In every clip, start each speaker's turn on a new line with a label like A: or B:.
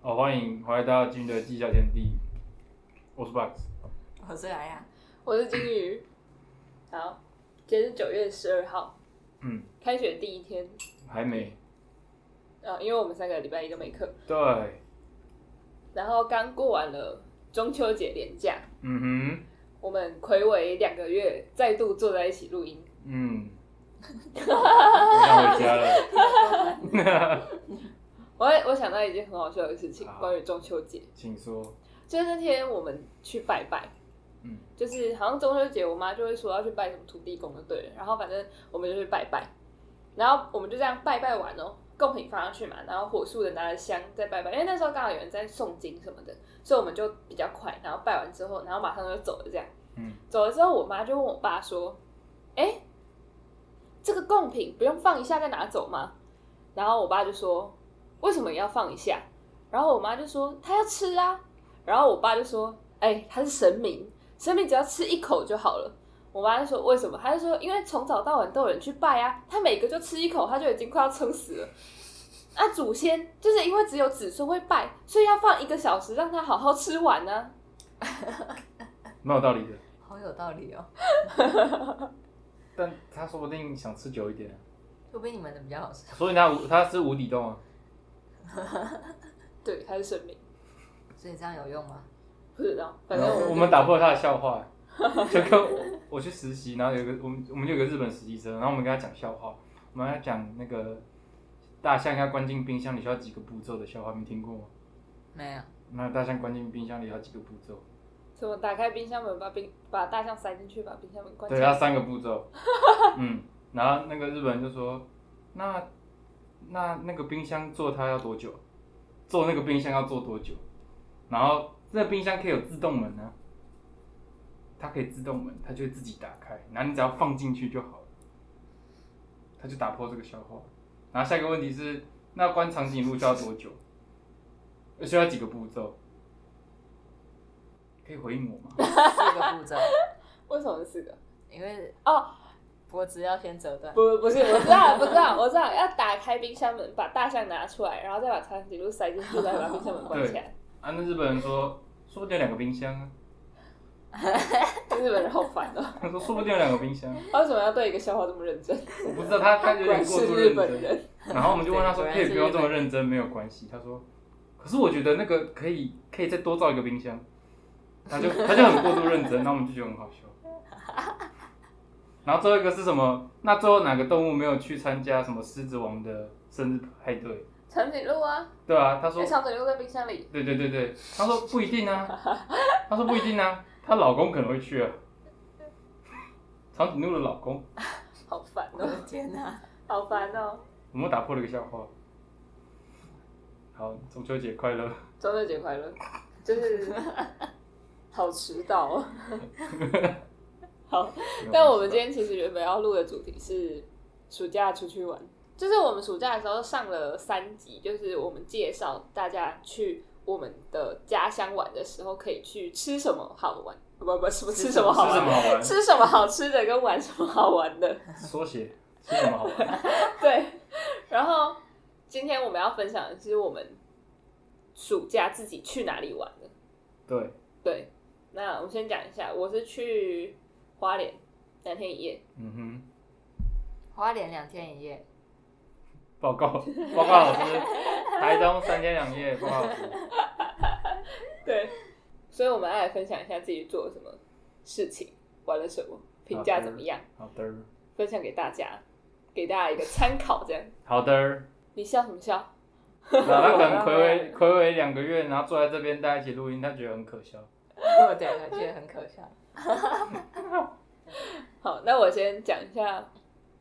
A: 好，哦欢迎回到金的技校天地，我是 Box。
B: 我是莱呀，
C: 我是金鱼。好，今天是九月十二号，
A: 嗯，
C: 开学第一天。
A: 还没。
C: 呃，因为我们三个礼拜一都没课，
A: 对，
C: 然后刚过完了中秋节连假，
A: 嗯
C: 我们暌违两个月，再度坐在一起录音
A: 哼，。嗯，我想回家了。
C: 我我想到一件很好笑的事情
A: 好，
C: 关于中秋节，
A: 请说。
C: 就是那天我们去拜拜，
A: 嗯，
C: 就是好像中秋节，我妈就会说要去拜什么土地公就对了，然后反正我们就去拜拜，然后我们就这样拜拜完哦，贡品放上去嘛，然后火速的拿着香再拜拜，因为那时候刚好有人在诵经什么的，所以我们就比较快，然后拜完之后，然后马上就走了这样，
A: 嗯，
C: 走了之后，我妈就问我爸说，哎，这个贡品不用放一下再拿走吗？然后我爸就说，为什么要放一下？然后我妈就说她要吃啊，然后我爸就说，哎、他是神明，神明只要吃一口就好了。我妈就说为什么？她就说因为从早到晚都有人去拜啊，他每个就吃一口，他就已经快要撑死了。啊，祖先就是因为只有子孙会拜，所以要放一个小时让他好好吃完啊呢、
A: 蛮有道理的，
B: 好有道理哦，
A: 但他说不定想吃久一点啊，
B: 说不定你们的比较好吃。
A: 所以他无他是无底洞啊。
C: 对，他是神明，
B: 所以这样有用吗？
C: 不知道，反
A: 然
C: 正
A: 后我
C: 我们
A: 们打破了他的笑话， 就跟我我去实习，然后有一个我们我们就有一个日本实习生，然后我们跟他讲笑话，我们要讲那个大象要关进冰箱里需要几个步骤的笑话，没听过吗？
B: 没 有，
A: 那大象关进冰箱里要几个步骤？
C: 什么打开冰箱门把冰把大象塞进去，把冰箱门关起
A: 对，啊
C: 来。
A: 要三个步骤。嗯，然后那个日本人就说，那那那个冰箱做它要多久？做那个冰箱要做多久？然后这个冰箱可以有自动门呢、它可以自动门，它就会自己打开，然后你只要放进去就好了。他就打破这个笑话。然后下一个问题是，那关长颈鹿需要多久？需要几个步骤？可以回应我吗？
B: 四个 步骤，
C: 为什么是四个？
B: 因为
C: 哦，
B: 脖子要先折断。
C: 不不是，我知道，不知道，我知道，要打开冰箱门，把大象拿出来，然后再把长颈鹿塞进去，再把冰箱门关起来。
A: 啊，那日本人说，说不定有两个冰箱啊。
C: 日本人好烦哦，
A: 他说，说不定有两个冰箱。啊
C: 他为什么要对一个笑话这么认真？
A: 我不知道，他他有
C: 果
A: 点
C: 然
A: 过
C: 是
A: 度
C: 日
A: 认
C: 本
A: 真。
C: 人，
A: 然后我们就问 他说，
B: 对
A: 可
B: 果然
A: 以
B: 是
A: 不用这么认真，没有关系。他说，可是我觉得那个可以可以再多造一个冰箱。他就他就很过度认真，然后我们就觉得很好笑。然后最后一个是什么？那最后哪个动物没有去参加什么狮子王的生日派对？
C: 长颈鹿啊，
A: 对啊，他说
C: 哎，长颈鹿在冰箱里，
A: 对对对对，她说不一定啊，她说不一定啊，她老公可能会去啊，长颈鹿的老公，
C: 好烦
B: 我
C: 哦，
B: 的天哪、
C: 好烦哦。
A: 我们打破了一个笑话。好，中秋节快乐！
C: 中秋节快乐，就是 好迟到哦。好，但我们今天其实原本要录的主题是暑假出去玩，就是我们暑假的时候上了三集，就是我们介绍大家去我们的家乡玩的时候可以去吃什么好玩，不不不，什么吃什么好
A: 吃什么
C: 玩，
A: 好玩？
C: 吃什么好吃的跟玩什么好玩的，
A: 缩写吃什么好玩？
C: 对。然后今天我们要分享的是我们暑假自己去哪里玩的。
A: 对，
C: 对，那我先讲一下，我是去花莲两天一夜，
A: 嗯哼，
B: 花莲两天一夜，
A: 报告报告老师，台东三天两夜，报告老师，
C: 对， 所以我们要来分享一下自己做了什么事情，玩了什么，评价怎么样，
A: 好的
C: 分享给大家，给大家一个参考。这样，
A: 好的，
C: 你笑什么笑？
A: 然后他可能暌违暌违两个月，然后坐在这边大家一起录音，他觉得很可笑。
B: 我对，我觉得很可笑。
C: 好，那我先讲一下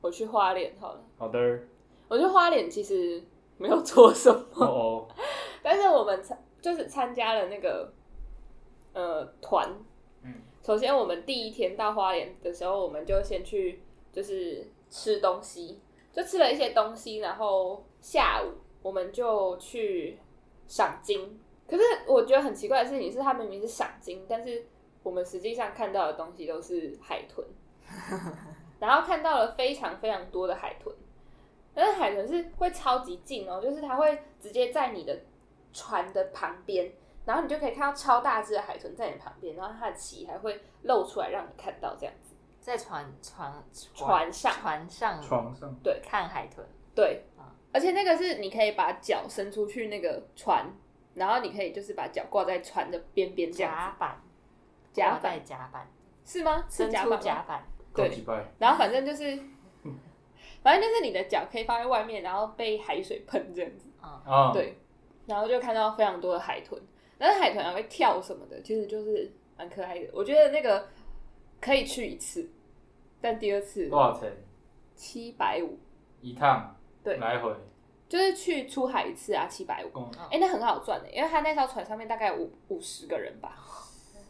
C: 我去花莲好了。
A: 好的，
C: 我去花莲其实没有做什么，
A: 哦哦。
C: 但是我们参就是参加了那个呃团，
A: 嗯，
C: 首先我们第一天到花莲的时候，我们就先去就是吃东西，就吃了一些东西，然后下午我们就去赏金。可是我觉得很奇怪的事情是，它明明是赏金，但是我们实际上看到的东西都是海豚，然后看到了非常非常多的海豚。但是海豚是会超级近哦，就是它会直接在你的船的旁边，然后你就可以看到超大只的海豚在你旁边，然后它的鳍还会露出来让你看到这样子。
B: 在船船
C: 船上
B: 船上
A: 床上，
B: 看海豚，
C: 对
B: 啊，
C: 而且那个是你可以把脚伸出去那个船，然后你可以就是把脚挂在船的边边这样
B: 甲
C: 子，
B: 板
C: 甲
B: 挂在
C: 板
B: 甲板，
C: 是吗？是
B: 伸
C: 甲
B: 出
C: 板
B: 甲
C: 吗。
B: 板，
A: 够
C: 对
A: 几拜，
C: 然后反正就是，反正就是你的脚可以放在外面，然后被海水喷这样子。
B: 嗯，
A: 啊，，
C: 对，然后就看到非常多的海豚，但是海豚还啊会跳什么的，其实就是蛮可爱的。我觉得那个可以去一次，但第二次
A: 多少钱
C: 七百五，
A: 一趟？
C: 对
A: 来回，
C: 就是去出海一次啊，七百五。
A: 共
B: 嗯
C: 哎、那很好赚的、因为他那艘船上面大概五五十个人吧，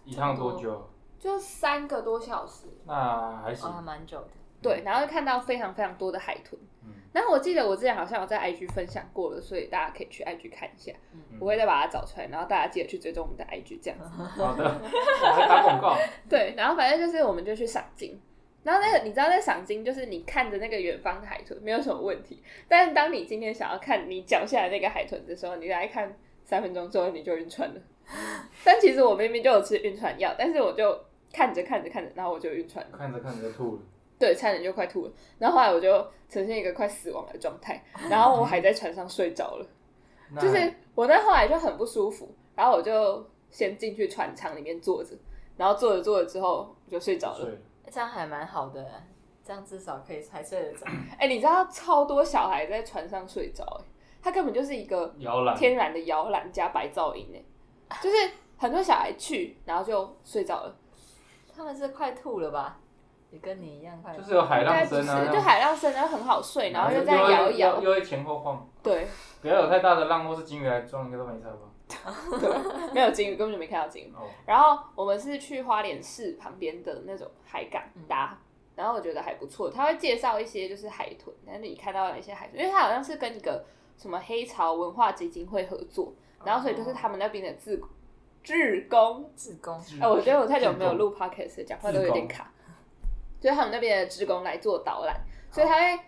A: 一趟多久？
C: 就三个多小时。
A: 那还
B: 哦，还
C: 啊
A: 行，
B: 蛮久的，
C: 对，然后就看到非常非常多的海豚。
A: 嗯，
C: 然后我记得我之前好像有在 IG 分享过了，所以大家可以去 IG 看一下，
A: 嗯
C: 我会再把它找出来，然后大家记得去追踪我们的 IG 这样子。
A: 好的， 我在打广告，
C: 对，然后反正就是我们就去赏金，然后那个你知道那赏金就是你看着那个远方的海豚没有什么问题，但是当你今天想要看你脚下的那个海豚的时候，你来看三分钟之后你就晕船了。但其实我明明就有吃晕船药，但是我就看着看着看着，然后我就晕船了，
A: 看着看着就吐了，
C: 对，差点就快吐了。然后后来我就呈现一个快死亡的状态，然后我还在船上睡着了。
A: 那
C: 就是我那后来就很不舒服，然后我就先进去船舱里面坐着，然后坐着坐着之后我就睡着了。
A: 睡，
B: 这样还蛮好的，这样至少可以才睡得着。
C: 哎、你知道超多小孩在船上睡着、哎，它根本就是一个
A: 摇篮，
C: 天然的摇篮加白噪音、哎，就是很多小孩去，然后就睡着了，
B: 他们是快吐了吧？也跟你一样快，
A: 就是有海
C: 大概
A: 浪
C: 不是
A: 声啊，
C: 就海浪声，然后很好睡，然后
A: 又
C: 又在摇一摇
A: 又，又会前后晃，
C: 对，
A: 不要有太大的浪或是鲸鱼来撞，应该都没差吧？
C: 没有鲸鱼，根本就没看到鲸鱼。
A: 哦，
C: 然后我们是去花莲市旁边的那种海港搭，然后我觉得还不错。他会介绍一些就是海豚，但是你看到了一些海豚，因为他好像是跟一个什么黑潮文化基金会合作，然后所以
A: 哦
C: 就是他们那边的自志工。
B: 自宫，
A: 志
C: 哎、我觉得我太久没有
A: 嗯志工
C: 录 podcast，了讲话都有点卡。就是他们那边的职工来做导览，所
A: 哦
C: 以他会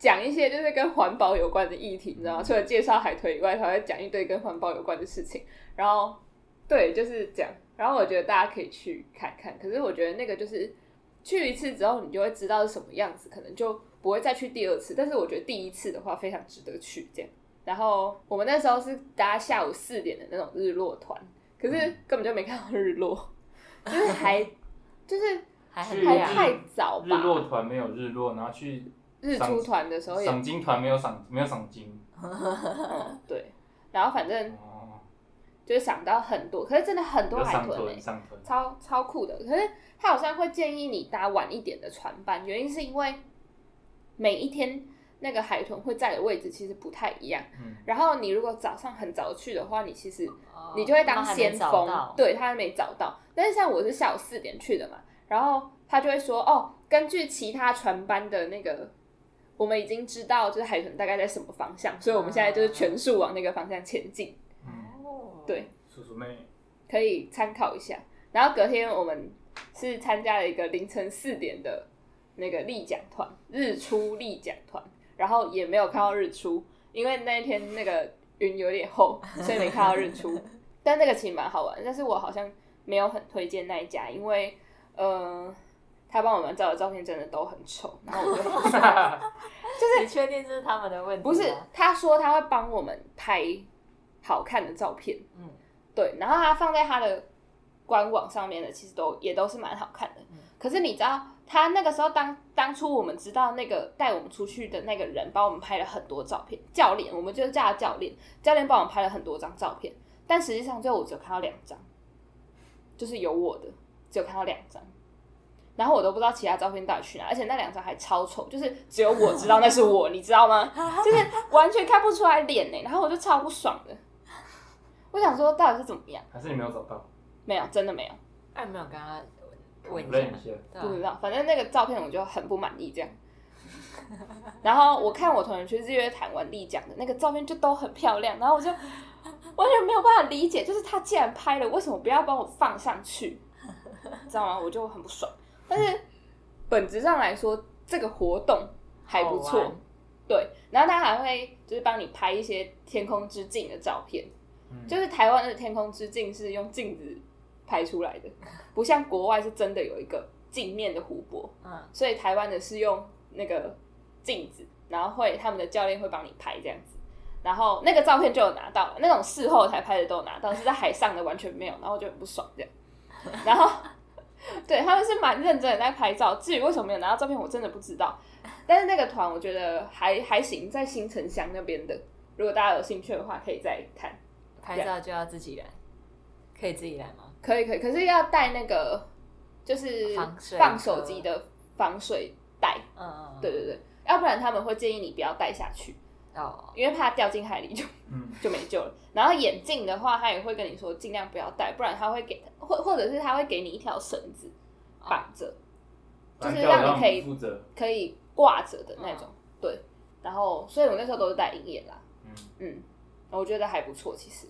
C: 讲一些就是跟环保有关的议题，你知道吗？除了介绍海豚以外，他会讲一堆跟环保有关的事情。然后，对，就是这样。然后我觉得大家可以去看看，可是我觉得那个就是去一次之后，你就会知道是什么样子，可能就不会再去第二次。但是我觉得第一次的话非常值得去这样。然后我们那时候是搭下午四点的那种日落团，可是
A: 嗯
C: 根本就没看到日落，就是 还就是
B: 还很
A: 是
C: 还
B: 亮
C: 太早
A: 日落
C: 吧。
A: 团没有日落，然后去
C: 日出团的时候也
A: 赏金团没有赏没有赏金，
C: 嗯对，然后反正
A: 哦，
C: 就是想到很多，可是真的很多
A: 有
C: 海
A: 赏
C: 豚欸
A: 豚赏豚，
C: 超超酷的。可是他好像会建议你搭晚一点的船班，原因是因为每一天那个海豚会在的位置其实不太一样。
A: 嗯
C: 然后你如果早上很早去的话，你其实
B: 哦
C: 你就会当
B: 他们
C: 先
B: 还没找
C: 锋，
B: 到
C: 对他还没找到。但是像我是下午四点去的嘛，然后他就会说哦，根据其他船班的那个，我们已经知道就是海豚大概在什么方向，所以我们现在就是
B: 啊
C: 全速往那个方向前进，
A: 嗯，
B: 哦
C: 对，
A: 叔叔妹
C: 可以参考一下。然后隔天我们是参加了一个凌晨四点的那个立桨团，日出立桨团，然后也没有看到日出，因为那一天那个云有点厚，所以没看到日出。但那个其实蛮好玩，但是我好像没有很推荐那一家，因为呃，他帮我们照的照片真的都很丑，然后我就很
B: 你确定这是他们的问题？
C: 不是，他说他会帮我们拍好看的照片，
B: 嗯，
C: 对，然后它放在它的官网上面的，其实都也都是蛮好看的。
B: 嗯
C: 可是你知道，他那个时候当当初我们知道那个带我们出去的那个人，帮我们拍了很多照片，教练，我们就是叫他教练，教练帮我们拍了很多张照片，但实际上最后我只有看到两张，就是有我的，只有看到两张。然后我都不知道其他照片到底去哪，而且那两张还超丑，就是只有我知道那是我，你知道吗？就是完全看不出来脸呢、然后我就超不爽的，我想说到底是怎么样？
A: 还是你没有找到，
C: 没有，真的没有，
B: 哎，没有跟他问
A: 我认
B: 一
A: 一
B: 下，
A: 下，
B: 对啊
C: 不知道。反正那个照片我就很不满意这样。然后我看我同学去日月潭玩丽江的那个照片就都很漂亮，然后我就完全没有办法理解，就是他既然拍了，为什么不要帮我放上去？知道吗？我就很不爽。但是本质上来说，这个活动还不
B: 好
C: 错
B: 玩，
C: 对。然后他还会就是帮你拍一些天空之镜的照片，
A: 嗯
C: 就是台湾的天空之镜是用镜子拍出来的，不像国外是真的有一个镜面的湖泊，
B: 嗯，
C: 所以台湾的是用那个镜子，然后会他们的教练会帮你拍这样子，然后那个照片就有拿到了，那种事后才拍的都有拿到，是在海上的完全没有，然后我就很不爽这样，然后 对他们是蛮认真的在拍照，至于为什么没有拿到照片，我真的不知道，但是那个团我觉得还还行，在新城乡那边的，如果大家有兴趣的话，可以再看。
B: 拍照就要自己来，可以自己来吗？
C: 可以可以，可是要带那个就是
B: 防水
C: 放手机的防水袋，
B: 嗯嗯，嗯
C: 对，对对，要不然他们会建议你不要带下去，
B: 哦，
C: 因为怕掉进海里就
A: 嗯，
C: 就没救了。然后眼镜的话，他也会跟你说尽量不要戴，不然他会给或或者是他会给你一条绳子绑着，就是让你可以
A: 负责，
C: 可以挂着的那种，对。然后所以我那时候都是戴银眼啦，
A: 嗯，
C: 嗯，我觉得还不错其实。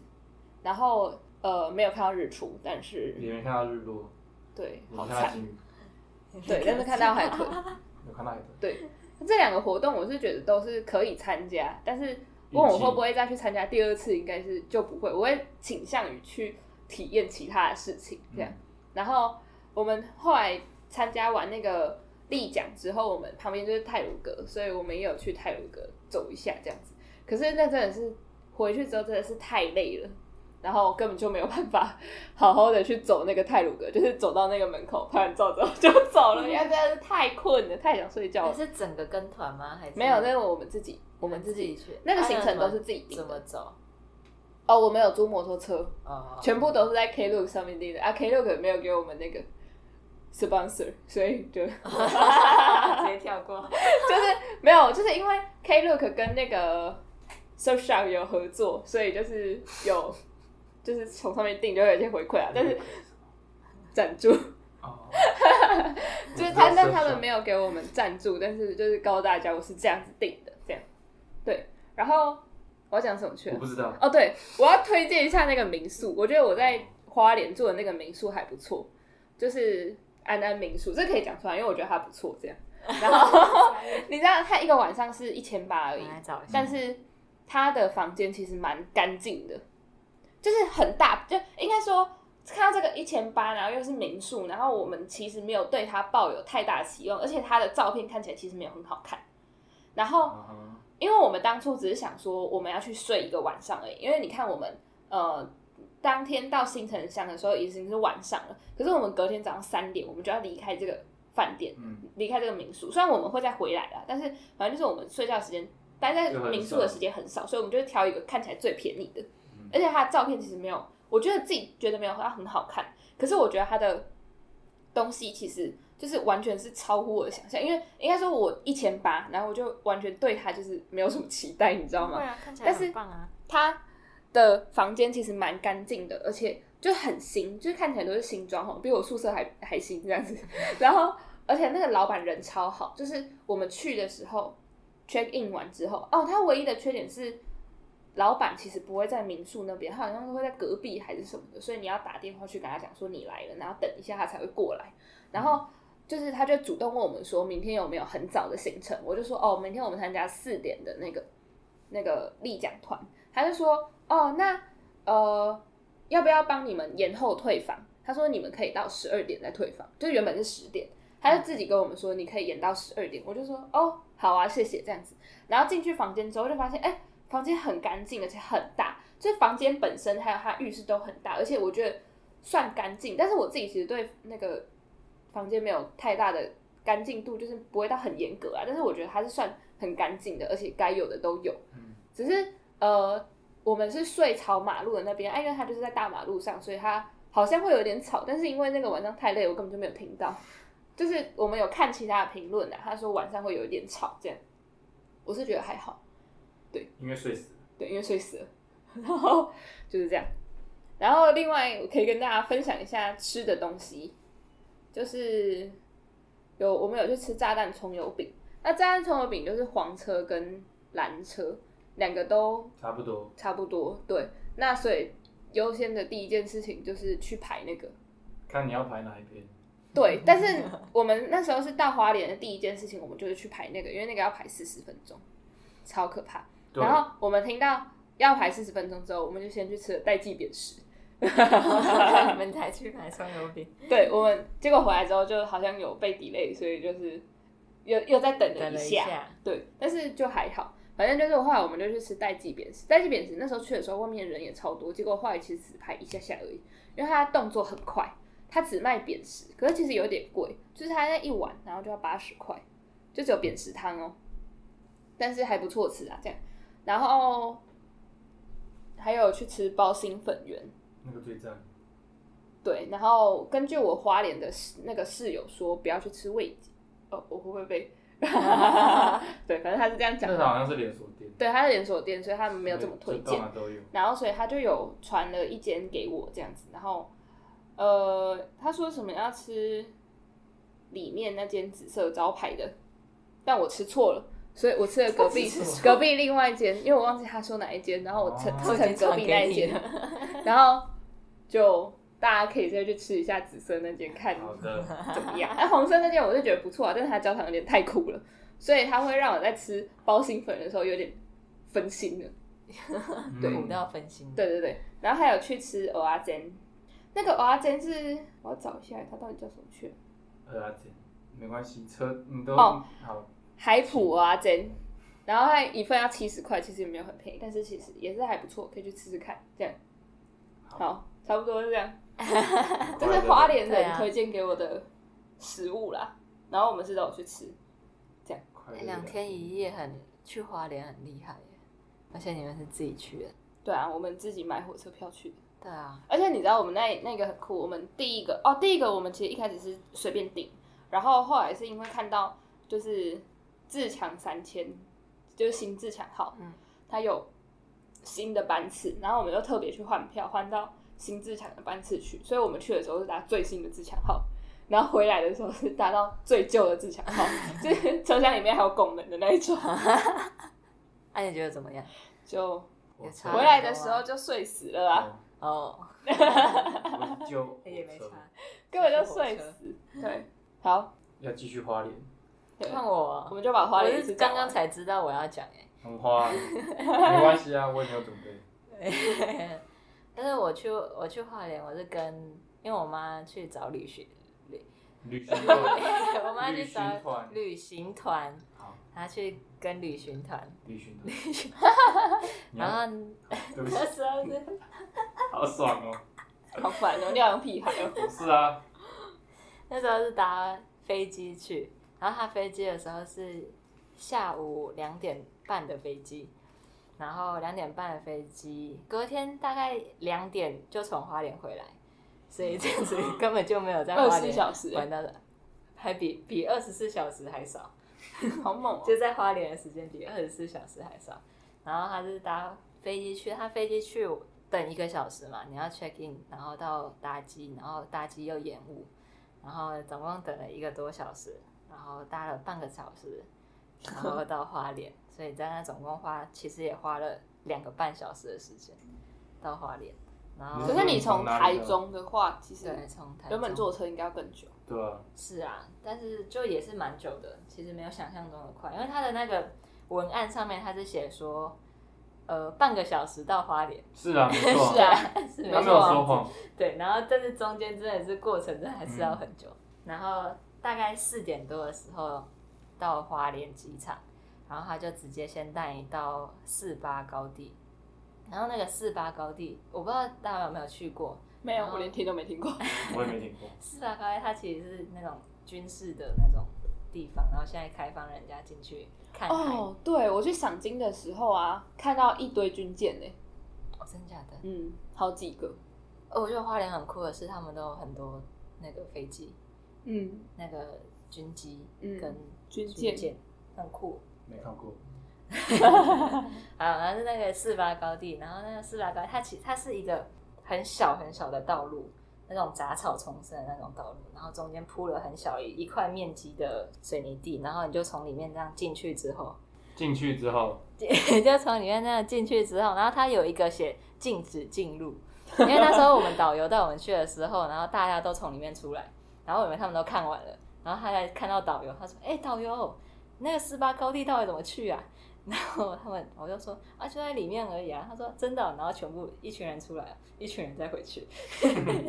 C: 然后呃没有看到日出，但是
A: 也没看到日落，
C: 对，
A: 也
C: 好
A: 没看到
C: 嗯惨，
A: 金鱼，
C: 对，但是看到海豚。
A: 有看到海豚，
C: 对，这两个活动我是觉得都是可以参加，但是问我会不会再去参加第二次，应该是就不会，我会倾向于去体验其他的事情这样。
A: 嗯
C: 然后我们后来参加完那个立奖之后，我们旁边就是泰鲁阁，所以我们也有去泰鲁阁走一下这样子。可是那真的是回去之后真的是太累了。然后根本就没有办法好好的去走那个泰鲁阁，就是走到那个门口拍完照之后就走了，因为真的是太困了，太想睡觉
B: 你
C: 了。
B: 是整个跟团吗？还是
C: 没有，那个我们自己，
B: 我
C: 我们
B: 们
C: 自
B: 自
C: 己
B: 己去？
C: 那个
B: 啊
C: 行程
B: 怎么
C: 都是自己定
B: 怎么
C: 的。
B: 走？
C: 哦，我们有租摩托车，
B: 哦，
C: 全部都是在 Klook 上面订的啊。Klook 没有给我们那个 sponsor，所以就
B: 直接跳过。
C: 没有，就是因为 Klook 跟那个 Surfshark 有合作，所以就是有 就是从上面订就会有一些回馈啊，
B: 嗯
C: 但是 赞助
A: 哦，
C: 就是他，但他们没有给我们赞助，但是就是告诉大家我是这样子订的，这样对。然后我要讲什么去
A: 我
C: 了？
A: 不知道，
C: 哦，对，我要推荐一下那个民宿，我觉得我在花莲住的那个民宿还不错，就是安安民宿，这可以讲出来，因为我觉得它不错。这样， 然后 你知道，它一个晚上是一千八而
B: 我
C: 已，
B: 来找一下，
C: 但是它的房间其实蛮干净的，就是很大，就应该说看到这个一千八，然后又是民宿，然后我们其实没有对它抱有太大期望，而且它的照片看起来其实没有很好看，然后。
A: 嗯
C: 因为我们当初只是想说我们要去睡一个晚上而已，因为你看我们呃当天到新城乡的时候已经是晚上了，可是我们隔天早上三点我们就要离开这个饭店，
A: 嗯，
C: 离开这个民宿。虽然我们会再回来啦，但是反正就是我们睡觉时间待在
A: 就很少
C: 民宿的时间很少，所以我们就是挑一个看起来最便宜的
A: 嗯，
C: 而且它的照片其实没有，我觉得自己觉得没有它很好看，可是我觉得它的东西其实就是完全是超乎我的想象，因为应该说我一千八，然后我就完全对它就是没有什么期待，你知道吗？
B: 对啊，看起
C: 但
B: 来
C: 是
B: 很棒啊。
C: 他的房间其实蛮干净的，而且就很新，就是看起来都是新装潢，比我宿舍还还新这样子。 然后，而且那个老板人超好，就是我们去的时候 check in 完之后，哦，他唯一的缺点是。老板其实不会在民宿那边，他好像是会在隔壁还是什么的，所以你要打电话去跟他讲说你来了，然后等一下他才会过来。然后就是他就主动问我们说明天有没有很早的行程，我就说哦，明天我们参加四点的那个那个立奖团，他就说：“哦，那呃，要不要帮你们延后退房？”他说：“你们可以到十二点再退房，就是原本是十点，他就自己跟我们说你可以延到十二点。”我就说：“哦，好啊，谢谢。”这样子，然后进去房间之后就发现，哎、房间很干净，而且很大，就是房间本身还有它浴室都很大，而且我觉得算干净。但是我自己其实对那个房间没有太大的干净度，就是不会到很严格啊，但是我觉得它是算很干净的，而且该有的都有。
A: 嗯
C: 只是呃，我们是睡朝马路的那边，啊，因为它就是在大马路上，所以它好像会有点吵，但是因为那个晚上太累，我根本就没有听到。就是我们有看其他的评论啊，他说晚上会有一点吵，这样我是觉得还好，
A: 因为睡死了，
C: 对，因为睡死了，然后就是这样。然后另外我可以跟大家分享一下吃的东西，就是有我们有去吃炸弹葱油饼，那炸弹葱油饼就是黄车跟蓝车两个都
A: 差不多，
C: 差不多，对。那所以优先的第一件事情就是去排那个，
A: 看你要排哪一边，
C: 对。 但是我们那时候是到花莲的第一件事情，我们就是去排那个，因为那个要排四十分钟，超可怕。
A: 对
C: 然后我们听到要排四十分钟之后，我们就先去吃了代记扁食。
B: 你们才去买葱油饼，
C: 对我们结果回来之后就好像有被 delay，所以就是又又再等了
B: 等
C: 一
B: 了一
C: 下，
B: 下，
C: 对，但是就还好。反正就是后来我们就去吃代记扁食，代记扁食那时候去的时候外面人也超多，结果后来其实只排一下下而已，因为它动作很快，它只卖扁食，可是其实有点贵，就是它那一碗然后就要八十块，就只有扁食汤哦，但是还不错吃啊这样，然后还有去吃包心粉圆，
A: 那个最赞。
C: 对，然后根据我花莲的室那个室友说，不要去吃味极。哦，我会不会被？ 对，反正他是这样讲
A: 那个
C: 的。
A: 好像是连锁店，
C: 对，他是连锁店，所以他们没有这么推
A: 就
C: 荐
A: 到。哪都有。
C: 然后，所以他就有传了一间给我这样子。然后，呃，他说什么要吃里面那间紫色招牌的，但我吃错了，所以我吃了隔壁
B: 他只吃错
C: 隔壁另外一间，因为我忘记他说哪一间，然后我吃
A: 哦
C: 吃成隔壁那 一间。然后就大家可以再去吃一下紫色那间，看
A: 好的，
C: 怎么样。哎、红色那间我就觉得不错啊，但是它焦糖有点太苦了，所以它会让我在吃包心粉的时候有点分心了。
A: 嗯
C: 对
B: 苦到分心。
C: 对对对，然后还有去吃蚵仔煎，那个蚵仔煎是我要找一下它到底叫什么去了，
A: 呃，阿姐，没关系，车你都
C: 哦
A: 好，
C: 海普蚵仔煎。然后它一份要七十块，其实也没有很便宜，但是其实也是还不错，可以去吃吃看。这样，好，差不多是这样。这是花莲
B: 对
C: 人
B: 啊
C: 推荐给我的食物啦，然后我们是都有去吃。
A: 快乐
B: 哎两天一夜很去花莲很厉害耶，而且你们是自己去的。
C: 对啊，我们自己买火车票去的。
B: 对啊，
C: 而且你知道我们那那个很酷，我们第一个哦，第一个我们其实一开始是随便订，然后后来是因为看到就是自强三千，就是新自强号，
B: 嗯
C: 它有新的班次，然后我们就特别去换票，换到新自强的班次去，所以我们去的时候是搭最新的自强号。然后回来的时候是搭到最旧的自强号，就是车厢里面还有拱门的那一种。
B: 哎、你觉得怎么样？
C: 就
A: 火车
B: 差
C: 回来的时候就睡死了啊，
A: 哦
B: 哦，
A: 我是就
B: 也没差。
C: 根本就睡死。对，好，
A: 要继续花莲，
C: 对
B: 看我，
C: 我们就把花
B: 我
C: 莲
B: 是
C: 是
B: 刚刚才知道我要讲哎、
A: 很花，啊没关系啊，我也没有准备。
B: 但是我去我去花莲，我是跟因为我妈去找旅行， 旅
A: 旅行团，
B: 我妈去
A: 旅行
B: 找
A: 团
B: 旅行团，
A: 好，
B: 她去跟旅行团，
A: 旅行团，你要
B: 然后
A: 对不起
B: 那，时候是
A: 好爽哦。
C: 好烦哦，尿屁孩 哦。
A: 是啊，
B: 那时候是搭飞机去，然后他飞机的时候是下午两点半的飞机，然后两点半的飞机，隔天大概两点就从花莲回来，所以这样子根本就没有在
C: 二
B: 花
C: 十四
B: 莲
C: 小时，
B: 玩到的，还比比二十四小时还少。
C: 好猛哦！
B: 就在花莲的时间比二十四小时还少。然后他是搭飞机去，他飞机去等一个小时嘛，你要 check in，然后到搭机，然后搭机又延误，然后总共等了一个多小时，然后搭了半个小时，然后到花莲，所以在那总共花其实也花了两个半小时的时间到花莲。然后
C: 可是你从台中的话，其实
B: 对从台
C: 原本
B: 中
C: 坐车应该要更久。
A: 对啊，
B: 是啊，但是就也是蛮久的，其实没有想象中的快，因为它的那个文案上面它是写说，呃，半个小时到花莲，
A: 是啊，没错
C: 是
A: 啊，
C: 啊，
B: 是
A: 他
B: 没
A: 没
B: 错
A: 有
B: 啊，
A: 说谎，
B: 对，然后但是中间真的是过程真的还
A: 嗯
B: 是要很久，然后大概四点多的时候到花莲机场，然后他就直接先带你到四八高地，然后那个四八高地我不知道大家有没有去过，
C: 没有，
B: 哦
C: 我连听都没听过。
A: 我也没听过。
B: 四八高地啊它其实是那种军事的那种地方，然后现在开放人家进去看海，哦、
C: 哦，对，我去赏金的时候啊，看到一堆军舰呢，
B: 哦真假的？
C: 嗯，好几个，
B: 哦我觉得花莲很酷的是，他们都有很多那个飞机、
C: 嗯，
B: 那个军机
C: 嗯
B: 跟
C: 军
B: 军
C: 舰
B: 舰，很酷。
A: 没看过，
B: 啊，然后是那个四八高地，然后那个四八高地它其它是一个很小很小的道路，那种杂草丛生的那种道路，然后中间铺了很小一一块面积的水泥地，然后你就从里面这样进去之后，
A: 进去之后，
B: 就从里面那样进去之后，然后它有一个写禁止进入，因为那时候我们导游带我们去的时候，然后大家都从里面出来，然后我们他们都看完了，然后他才看到导游，他说：“哎、导游，那个四八高地到底怎么去啊？” 然后他们我就说啊就在里面而已啊，他说真的哦、然后全部一群人出来，啊一群人再回去，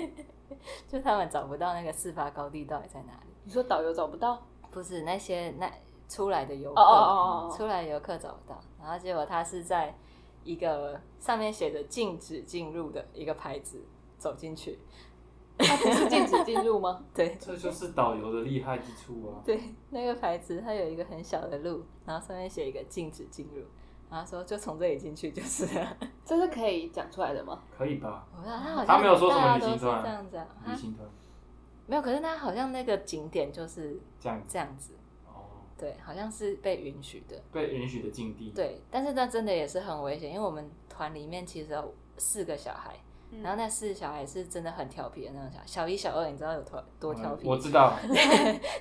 B: 就他们找不到那个事发高地到底在哪里，
C: 你说导游找不到？
B: 不是那些那出来的游
C: 哦
B: 客，
C: 哦哦哦哦，
B: 出来游客找不到，然后结果他是在一个上面写着禁止进入的一个牌子走进去，
C: 他不是禁止进入吗？
B: 对
A: 这就是导游的厉害之处啊！
B: 对，那个牌子它有一个很小的路，然后上面写一个禁止进入，然后说就从这里进去就是了。
C: 这是可以讲出来的吗？
A: 可以吧？
B: 我不知道他好像
A: 他没有说什么
B: 大家
A: 旅行
B: 都是
A: 团
B: 这样子啊，
A: 旅
B: 啊
A: 行团
B: 没有，可是他好像那个景点就是
A: 这样子
B: 这样子，
A: 哦，
B: 对，好像是被允许的。
A: 被允许的境地。，
B: 对，但是那真的也是很危险，因为我们团里面其实有四个小孩，
C: 嗯
B: 然后那四个小孩是真的很调皮的那种小孩，小一、小二，你知道有多多调皮？
A: 嗯我知道，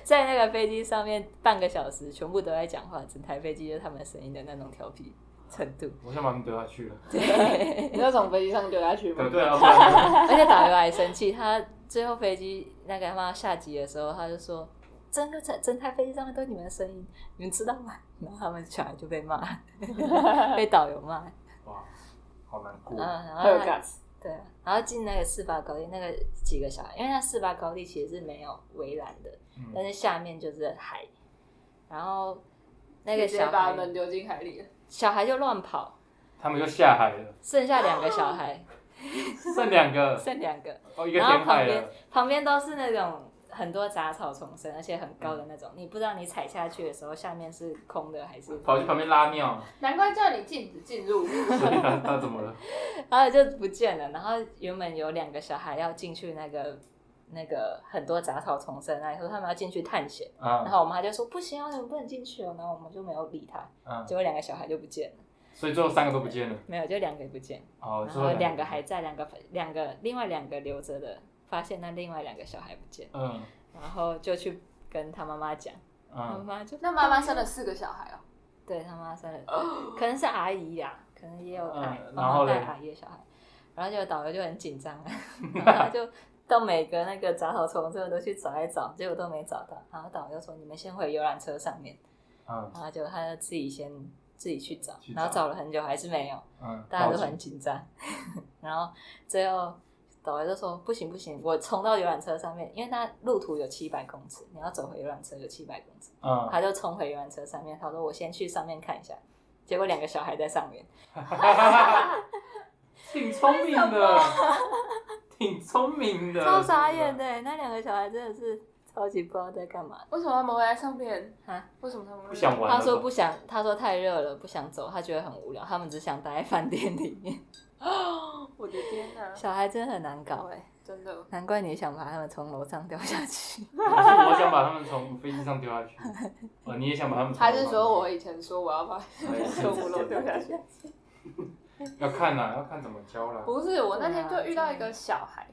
B: 在那个飞机上面半个小时，全部都在讲话，整台飞机就是他们的声音的那种调皮程度。
A: 我想把你们丢下 去了。
B: 对，
C: 你要从飞机上丢下去吗
A: 对？对啊，不然
B: 而且导游还生气，他最后飞机那个他妈下机的时候，他就说：“整个整整台飞机上面都是你们的声音，你们知道吗？”然后他们小孩就被骂，被导游骂。
A: 哇，好难过
B: 嗯，。然
C: 还
B: 后
C: 有
B: 他
C: guts，
B: 对啊，然后进那个四八高地，那个几个小孩，因为那四八高地其实是没有围栏的，但
A: 嗯，
B: 是下面就是海，然后那个
C: 直接
B: 小
C: 把
B: 孩
C: 门丢进海里了。
B: 小孩就乱跑，
A: 他们就下海了，
B: 剩下两个 小孩，
A: 剩两个，
B: 剩两个，
A: 哦，一个
B: 然后
A: 填
B: 旁
A: 海
B: 边
A: 了，
B: 旁边都是那种很多杂草丛生，而且很高的那种，你不知道你踩下去的时候下面是空的还 是，
A: 跑去旁边拉尿，
C: 难怪叫你禁止进入。
A: 所以他他怎么了？
B: 然后就不见了。然后原本有两个小孩要进去那个那个很多杂草丛生那里，说他们要进去探险，然
A: 啊，
B: 后我妈就说不行啊，你们不能进去哦。然后我们就没有理他，
A: 嗯，
B: 结果两个小孩就不见了，
A: 所以最后三个都不见了。
B: 没有，就两个也不见了。
A: 哦，
B: 然
A: 最后
B: 后两个还在，两个两个另外两个留着的，发现那另外两个小孩不见，
A: 嗯
B: 然后就去跟他妈妈讲，他妈
A: 嗯，
B: 妈就
C: 那妈妈生了四个小孩哦，
B: 对他妈生了，可能是阿姨呀、可能也有阿
A: 嗯然
B: 帮
A: 后
B: 忙带
A: 嘞
B: 阿姨的小孩，然后就导游就很紧张啊， 然后就到每个那个杂草丛这都去找一找，结果都没找到，然后导游说你们先回游览车上面，
A: 嗯
B: 然后就他就自己先自己去找，
A: 去
B: 然后
A: 找
B: 找了很久还是没有。
A: 嗯，
B: 大家都
A: 报警
B: 很紧张。 然后最后导游就说：“不行不行，我冲到游览车上面，因为它路途有七百公尺，你要走回游览车有七百公尺。”
A: 嗯，
B: 他就冲回游览车上面，他说：“我先去上面看一下。”结果两个小孩在上面，
A: 挺聪明的，挺聪明的，
B: 超傻
A: 啊
B: 眼的。欸那两个小孩真的是超级不知道在干嘛
C: 为什么他们会在上面？
B: 啊！
C: 为什么他们会
A: 不想玩了吧。
B: 他说不想，他说太热了，不想走，他觉得很无聊，他们只想待在饭店里面。
C: 我的天哪！
B: 小孩真的很难搞哎、
C: 真的，
B: 难怪你想把他们从楼上掉下去。
A: 可是我想把他们从飞机上丢下去。哦，你也想把他们？
C: 还是说我以前说我要把
A: 哎
C: 从五楼丢 下去？
A: 要看呐、要看怎么教啦。
C: 不是，我那天就遇到一个小孩，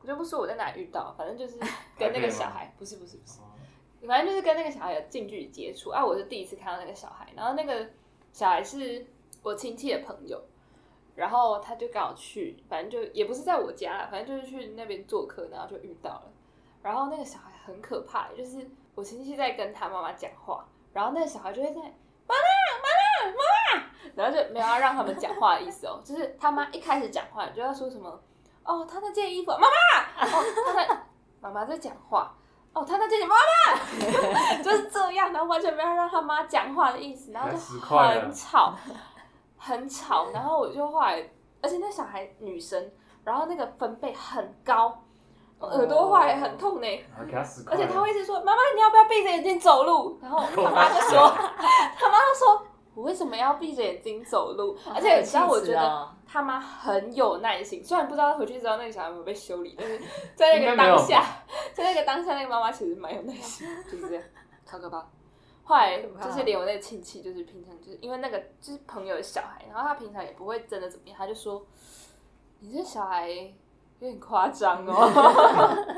C: 我就不说我在哪遇到，反正就是跟那个小 孩，不是不是不是，
A: 哦
C: 反正就是跟那个小孩有近距离接触啊。我是第一次看到那个小孩，然后那个小孩是我亲戚的朋友，然后他就刚好去，反正就也不是在我家啦，反正就是去那边做客，然后就遇到了。然后那个小孩很可怕，就是我亲戚在跟他妈妈讲话，然后那个小孩就会在妈妈妈妈妈，然后就没有要让他们讲话的意思哦， 就是他妈一开始讲话就要说什么哦，他那件衣服妈妈，哦他在妈妈在讲话。哦，他那件妈妈就是这样，然后完全没有让他妈讲话的意思，然后就
A: 十块了
C: 很吵，很吵。然后我就后来，而且那小孩女生，然后那个分贝很高，耳朵后来很痛呢、
A: 啊，给他十块。
C: 而且他会一直说：“妈妈，你要不要闭着眼睛走路？”然后
A: 我
C: 他
A: 妈
C: 妈就说：“他妈就说，我为什么要闭着眼睛走路？”
B: 哦
C: 而且你知道，我觉得
B: 得
C: 他妈很有耐心。虽然不知道回去之后那个小孩有没有被修理，但是在那
A: 应该
C: 个
A: 没有
C: 当下， 在那个当下，那个妈妈其实蛮有耐心，就是这样，超可怕。后来就是连我那个亲戚，就是平常就是因为那个就是朋友的小孩，然后他平常也不会真的怎么样，他就说：“你这小孩有点夸张 哦。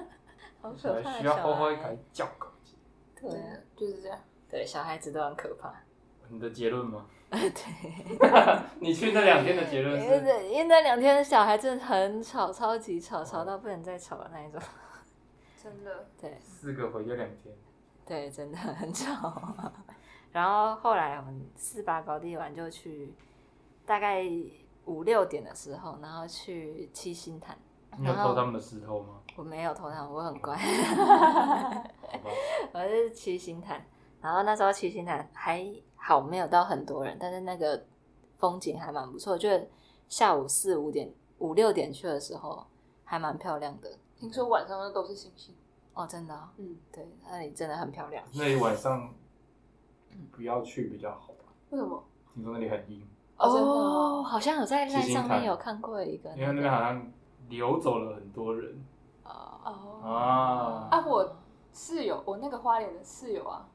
B: 好
A: 小
B: 可怕
A: 孩呃
B: 的
A: 需要好好
B: 小
A: 改
B: 孩，
A: 教狗。
B: 对啊”
C: 就是这样。
B: 对，小孩子都很可怕。
A: 你的结论吗？
B: 对，
A: 你去那两天的结
B: 因
A: 论
B: 为
A: 是？
B: 那因为那两天小孩真的很吵，超级吵，吵到不能再吵的那一种。
C: 真的，
B: 对
A: 四个回就两天，
B: 对，真的很吵。 然后后来我们四八高地完就去，大概五六点的时候，然后去七星潭。
A: 你有偷他们的石头吗？
B: 我没有偷他，我很乖，
A: 好吧，
B: 我是七星潭。然后那时候七星潭还好，没有到很多人，但是那个风景还蛮不错。就是下午四五点、五六点去的时候，还蛮漂亮的。
C: 听说晚上那都是星星，
B: 哦，真的、哦，
C: 嗯，
B: 对，那里真的很漂亮。
A: 那里晚上不要去比较好吧？
C: 为什么？
A: 听说那里很阴，
C: 哦真的
B: 哦，
C: 哦
B: 好像有在
A: 七
B: LINE
A: 星
B: 上
A: 潭
B: 面有看过一个、
C: 嗯
A: 因为那边好像流走了很多人
B: 哦
C: 哦，
A: 啊。
C: 啊我室友，我那个花莲的室友啊，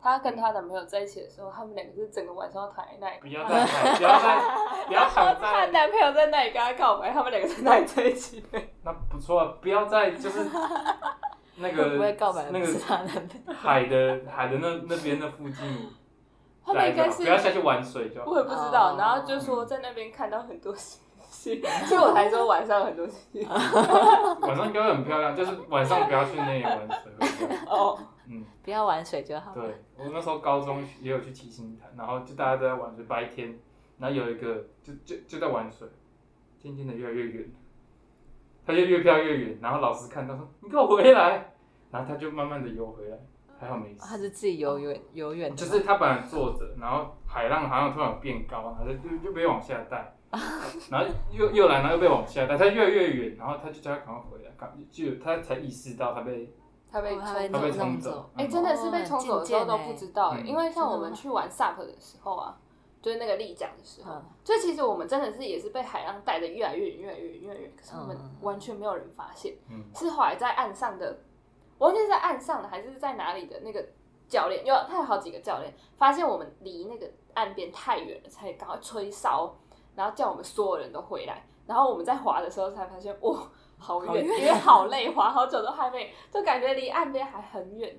C: 她跟她男朋友在一起的时候，他们两个是整个晚上都躺在那里，
A: 不要再喊，不要 再，不要
C: 然
A: 躺
C: 后她
A: 在
C: 男朋友在那里跟她告白，他们两个在那里在一起的。
A: 那不错啊，不要再就是那
B: 会
A: 个
B: 不会告白的
A: 那
B: 不是
A: 个
B: 他男朋友？
A: 海的海的那那边的附近，
C: 他们应该
A: 不
C: 是
A: 要下去玩水就好。
C: 我也不知道
B: 哦，
C: 然后就说在那边看到很多星星， 所以我才说晚上很多星星。
A: 晚上应该会很漂亮，就是晚上不要去那里玩水会比较好。
C: 哦，
A: 嗯，
B: 不要玩水就好。
A: 对，我那时候高中也有去七星潭，然后就大家都在玩水，白天，然后有一个就就就在玩水，渐渐的越来越远，他就越飘越远，然后老师看到说你给我回来，然后他就慢慢的游回来，还好没
B: 哦他
A: 事。
B: 是自己游远游远的吗，
A: 就是他本来坐着，然后海浪好像突然变高，然后就就被往下带，然后又又来，然后又被往下带，他越来越远，然后他就叫他赶快回来，赶就他才意识到他被
C: 他被
B: 哦他被
A: 他
C: 冲
A: 被冲
B: 弄
C: 走。
B: 弄
A: 走
B: 走。
C: 哎、
A: 嗯
C: 真的是被冲走的时候都不知道、
A: 哦很
C: 哎
A: 进阶呢
C: 因为像我们
B: 嗯
C: 去玩 SUP 的时候啊，就是那个立桨的时候，
B: 嗯
C: 所以其实我们真的是也是被海浪带的越来越远、越来越远、越来越远，可是我们
B: 嗯
C: 完全没有人发现，
A: 嗯
C: 是后来在岸上的，我忘记是在岸上的还是在哪里的那个教练，有他有好几个教练发现我们离那个岸边太远了，才赶快吹哨，然后叫我们所有人都回来，然后我们在滑的时候才发现，哇。好
B: 好
C: 远，
B: 远
C: 因为好累，滑好久都还没，就感觉离岸边还很远。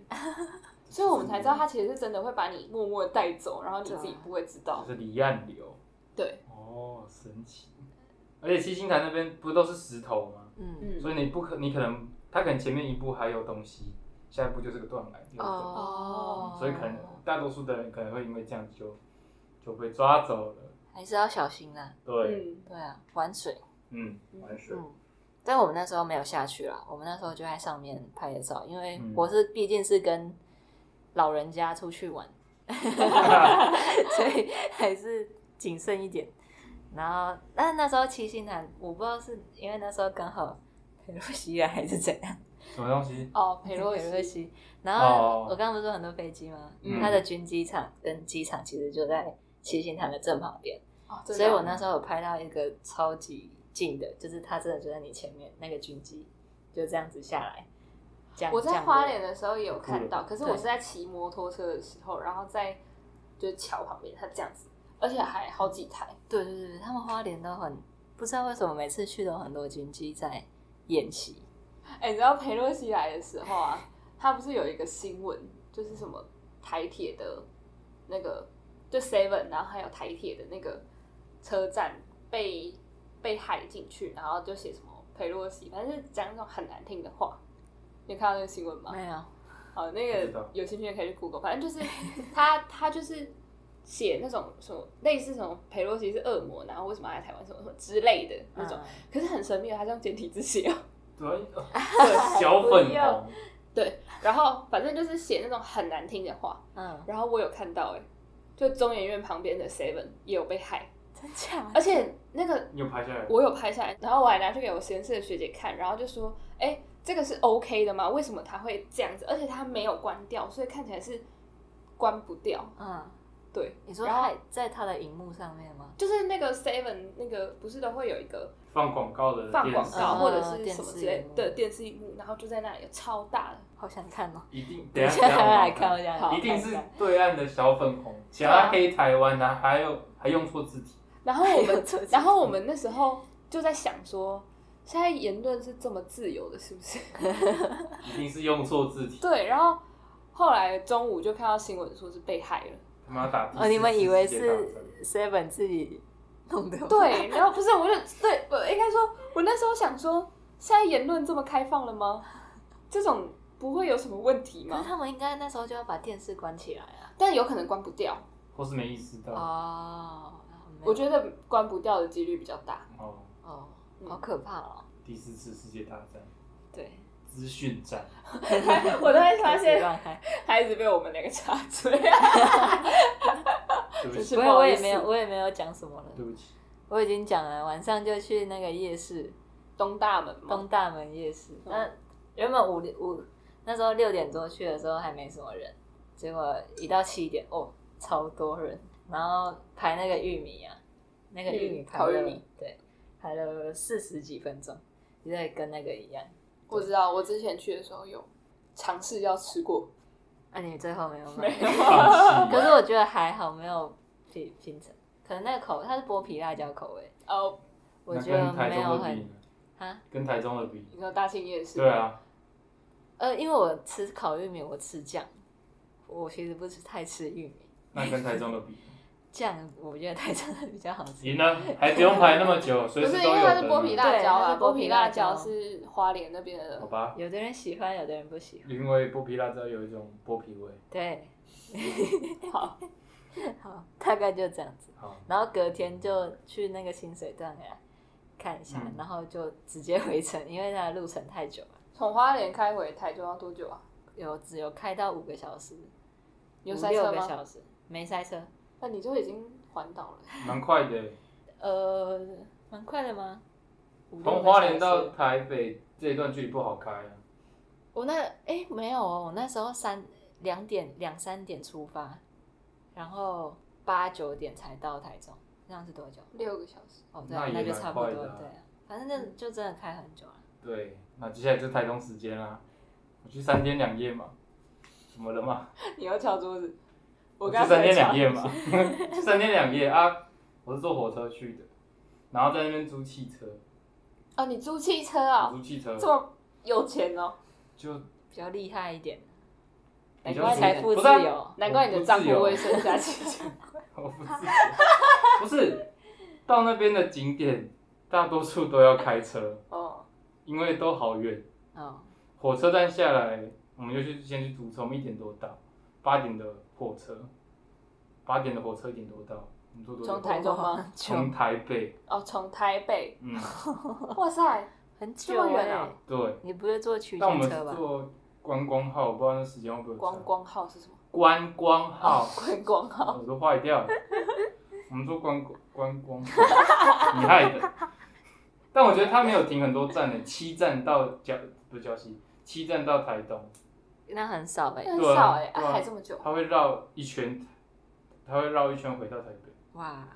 C: 所以我们才知道，它其实是真的会把你默默地带走，然后你自己不会知道
A: 就。是离岸流。
C: 对，
A: 哦，神奇！而且七星潭那边不都是石头吗？
B: 嗯，
C: 嗯，
A: 所以你不可，你可能它可能前面一步还有东西，下一步就是个断崖，有的
B: 哦，
A: 所以可能大多数的人可能会因为这样就就被抓走了。
B: 还是要小心啦。
A: 对，
C: 嗯，
B: 对啊，玩水，
A: 嗯，玩水，
B: 嗯，但我们那时候没有下去啦，我们那时候就在上面拍的照，因为
A: 嗯
B: 我是毕竟是跟老人家出去玩，
C: 嗯
B: 所以还是谨慎一点。然后，但那时候七星潭，我不知道是因为那时候刚好佩洛西来还是怎样，
A: 什么东西？
C: 哦，佩
B: 佩
C: 洛
B: 洛
C: 西，
B: 西。然后
A: 哦
B: 我刚刚不是说很多飞机吗？
C: 嗯
B: 它的军机场跟机场其实就在七星潭的正旁边。
C: 哦真的
B: 所以我那时候有拍到一个超级近的，就是他真的就在你前面，那个军机就这样子下来。这样
C: 我在
B: 降落
C: 花莲的时候也有看到，可是我
B: 对
C: 是在骑摩托车的时候，然后在就是桥旁边，它这样子，而且还好几台。
B: 对对对，他们花莲都很不知道为什么每次去都有很多军机在演习。
C: 哎，你知道佩洛西来的时候啊，他不是有一个新闻，就是什么台铁的那个，就 Seven，然后还有台铁的那个车站被被海进去，然后就写什么佩洛西，反正是讲那种很难听的话。你有看到那个新闻吗？
B: 没有，
C: 好，
A: 不
C: 那
A: 知道
C: 个有兴趣的可以去 Google，反正就是 他他就是写那种什么类似什么佩洛西是恶魔，然后为什么要来台湾什么什么之类的那
B: 嗯
C: 种，可是很神秘的，他是用简体字写哦。
A: 对，小粉
C: 不要
A: 红，
C: 对，然后反正就是写那种很难听的话。
B: 嗯，
C: 然后我有看到、欸，就中研院旁边的 Seven 也有被害，
B: 真假？
C: 而且那个
A: 你有拍下来？
C: 我有拍下来，然后我还拿去给我实验室的学姐看，然后就说，哎、这个是 OK 的吗？为什么它会这样子？而且它没有关掉，所以看起来是关不掉。
B: 嗯，
C: 对，
B: 你说
C: 然后
B: 还在他的荧幕上面吗？
C: 就是那个 Seven 那个不是都会有一个
A: 放广告的
C: 放
A: 呃电
C: 广
A: 视
C: 告
B: 嗯
C: 或者是什么之类
B: 电视荧幕
C: 的哦电视荧幕，然后就在那里有超大的，
B: 好想看哦，
A: 一定等一
B: 现
A: 下
B: 在来 看，一
C: 好
B: 下，
A: 一定
B: 看
A: 是
B: 看
A: 对岸的小粉红，想要黑台湾啊，还有还用错字体，
C: 然 后 我们
B: 这种
C: 然后我们那时候就在想说，现在言论是这么自由的，是 不是？
A: 一定是用错字体。
C: 对，然后后来中午就看到新闻说是被害了。
A: 他们要打第四
B: 哦，你们以为
A: 次世界大战
B: 是 Seven 自己弄的吗？
C: 对，然后不是，我就对，我应该说，我那时候想说，现在言论这么开放了吗？这种不会有什么问题
B: 可是
C: 吗？
B: 他们应该那时候就要把电视关起来啊。
C: 但有可能关不掉，
A: 或是没意识到。
B: 哦，
C: 我觉得关不掉的几率比较大。
A: 哦，
B: 得哦，好可怕哦，
A: 第四次世界大战，
B: 对，
A: 资讯 战，
C: 我都会发
B: 开始
C: 现
B: 乱开。
C: 孩子被我们两个插嘴，
A: 对不
C: 真
A: 起，
C: 是
B: 不
C: 不
B: 会，
C: 好
B: 我
C: 意
B: 也
C: 思
B: 没有，我也没有讲什么了。
A: 对不 起，
B: 我已经讲了，晚上就去那个夜市，
C: 东大门嘛，
B: 东大门夜市。
C: 嗯
B: 那原本五五那时候六点多去的时候还没什么人，结果一到七点，哦，超多人。然后排那个玉米啊，那个玉米
C: 嗯
B: 排
C: 烤
B: 了，
C: 玉米
B: 对，排了四十几分钟，就在跟那个一样。
C: 我知道，我之前去的时候有尝试要吃过，
B: 那、啊你最后没有买？
C: 没有
A: 放弃
B: 可是我觉得还好，没有拼拼成，可能那个口味它是剥皮辣椒口味，
C: 哦，
B: 我
A: 那
B: 觉得
A: 跟台
B: 没有
A: 中的比
B: 很
A: 呢，
B: 啊。
A: 跟台中的比，
C: 你说大庆夜市，
A: 对，啊，
B: 呃，因为我吃烤玉米，我吃酱，我其实不是太吃玉米，
A: 那跟台中的比，
B: 酱我觉得台真 的比较好吃。
A: 赢 了，还不用排那么久，随
C: 不
A: 时
C: 是
A: 都
C: 因
A: 有
C: 为它是
A: 的
C: 剥皮
A: 呢。
C: 辣椒啊，
B: 对它是
C: 剥
B: 剥
C: 皮
B: 皮
C: 辣
B: 辣
C: 椒
B: 椒
C: 是花莲那边
A: 好
C: 的，
A: 吧，
B: 有的人喜欢，有的人不喜欢。
A: 因为剥皮辣椒有一种剥皮味。
B: 对，
C: 好，
B: 好，大概就这样子。
A: 好，
B: 然后隔天就去那个清水断崖看一下，
A: 嗯
B: 然后就直接回程，因为它的路程太久了，
C: 从花莲开回台中要多久啊？
B: 有只有开到五个小时，
C: 有
B: 五
C: 塞
B: 六
C: 车
B: 个
C: 吗？
B: 小时，没塞车。
C: 那你就已经环岛了，
A: 蛮快的。
B: 呃，蛮快的吗？五六
A: 从
B: 个
A: 花
B: 小
A: 莲
B: 时
A: 到台北这一段距离不好开啊。
B: 我那哎没有哦，我那时候三两点两三点出发，然后八九点才到台中，这样是多久？
C: 六个小时，
B: 哦，对、
A: 那
B: 啊，
A: 也
B: 那就
A: 蛮
B: 差不
A: 快
B: 多，
A: 的啊
B: 对、啊，反正就就真的开很久了。
A: 对，那接下来就是台东时间啦、我去三天两夜嘛，怎么了嘛？
C: 你要敲桌子，我
A: 去
C: 刚
A: 三
C: 才
A: 天两
C: 敲，
A: 夜嘛， 去三天两夜啊！我是坐火车去的，然后在那边租汽车，
C: 哦，你租汽车啊，
A: 租汽车
C: 这么有钱哦，
A: 就
B: 比较厉害一点，
A: 比
C: 难
A: 较
C: 怪
A: 舒
C: 你的
A: 服。不
B: 财富自
A: 是啊
B: 由，
C: 难怪你的丈夫会剩下汽车。
A: 我不自由，不是到那边的景点，大多数都要开车，
C: 哦，
A: 因为都好远。
B: 嗯，
A: 火车站下来，我们就去先去竹从一点多到，八点的火车，八点的火车一点多到，我们坐多久？
C: 从台 中吗？
A: 从
B: 就
A: 台北，
C: 哦，从台北，
A: 嗯，
C: 哇塞，
B: 很久
C: 这么远
B: 欸
C: 啊
A: 对。
B: 你不是坐区
A: 但我
B: 间
A: 们
B: 车
A: 是
B: 吧？
A: 坐观光号，我不知道那时间会不会有
C: 观
A: 差。
C: 光号是什么？
A: 观光号，
C: 观光号，
A: 我都坏掉了。我们坐观光观光号，你害的。但我觉得他没有停很多站呢，七站到礁不是礁溪，七站到台东，
B: 那很少哎、
C: 那很少哎，
A: 对啊
C: 啊还这么久，
A: 他会绕一圈，他会绕一圈回到台北。
B: 哇，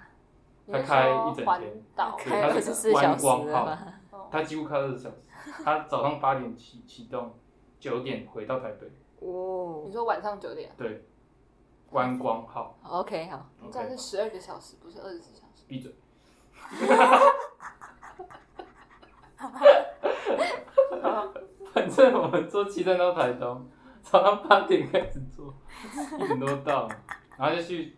C: 你是
A: 他开
C: 说
A: 一整天
C: 环岛
A: 对
B: 开
A: 它
B: 二
A: 是
B: 十四小时
A: 观
B: 了
A: 光
B: 吧？
C: 哦
A: 他几乎开二十小时，他早上八点启启动，九点回到台北，
B: 哦
C: 你说晚上九点，啊
A: 对，观光号
B: ，OK，好，
C: 你这样是
A: ，OK，
C: 十二个小时，不是二十四小时。
A: 闭嘴。反正我们坐七站到台东，早上八点开始坐，一点多到，然后就去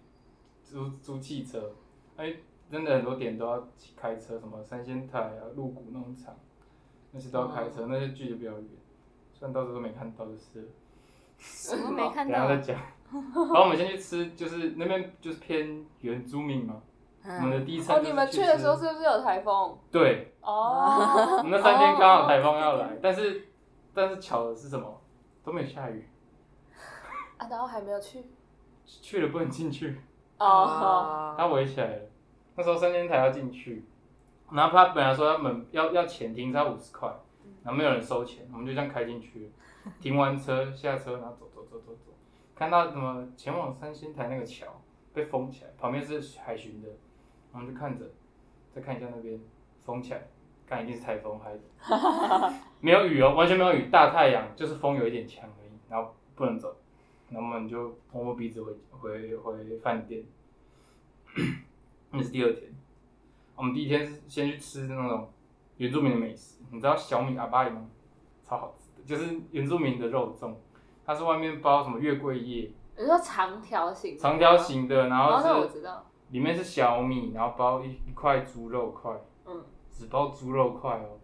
A: 租 租汽车，哎，真的很多点都要骑开车，什么三仙台啊、鹿谷农场，那些都要开车，那些距离比较远，虽然到时候都没看到就是了。
B: 什么没看
A: 等一下
B: 到
A: 再？讲。 然后我们先去吃，就是那边就是偏原住民嘛。我们
B: 嗯，
A: 的第一餐
C: 哦，
A: 就是
C: 你们
A: 去
C: 去的时候
A: 吃啊
C: 是不是有台风？
A: 对，
C: 哦，
A: 我们那三天刚好台风要来，但是但是巧的是什么？都没有下雨，
C: 啊，然后还没有去。
A: 去了不能进去，
C: 哦，
B: 啊
A: 他围起来了。那时候三天台要进去，然后他本来说要门要要钱停车五十块，然后没有人收钱，我们就这样开进去，停完车下车，然后走走走走走，看到什么前往三仙台那个桥被封起来，旁边是海巡的，我们就看着，再看一下那边封起来，看一定是台风拍的，没有雨哦，完全没有雨，大太阳，就是风有一点强而已，然后不能走，然后我们就摸摸鼻子回回回饭店，那是第二天，我们第一天是先去吃那种原住民的美食，你知道小米阿巴里吗？超好吃的，就是原住民的肉粽，它是外面包什么月桂叶，
C: 你说长条形的，
A: 长条形的，然
C: 哦，那
A: 后
C: 我
A: 是
C: 知道，
A: 里面是小米，然后包一一块猪肉块，
C: 嗯，
A: 只包猪肉块哦，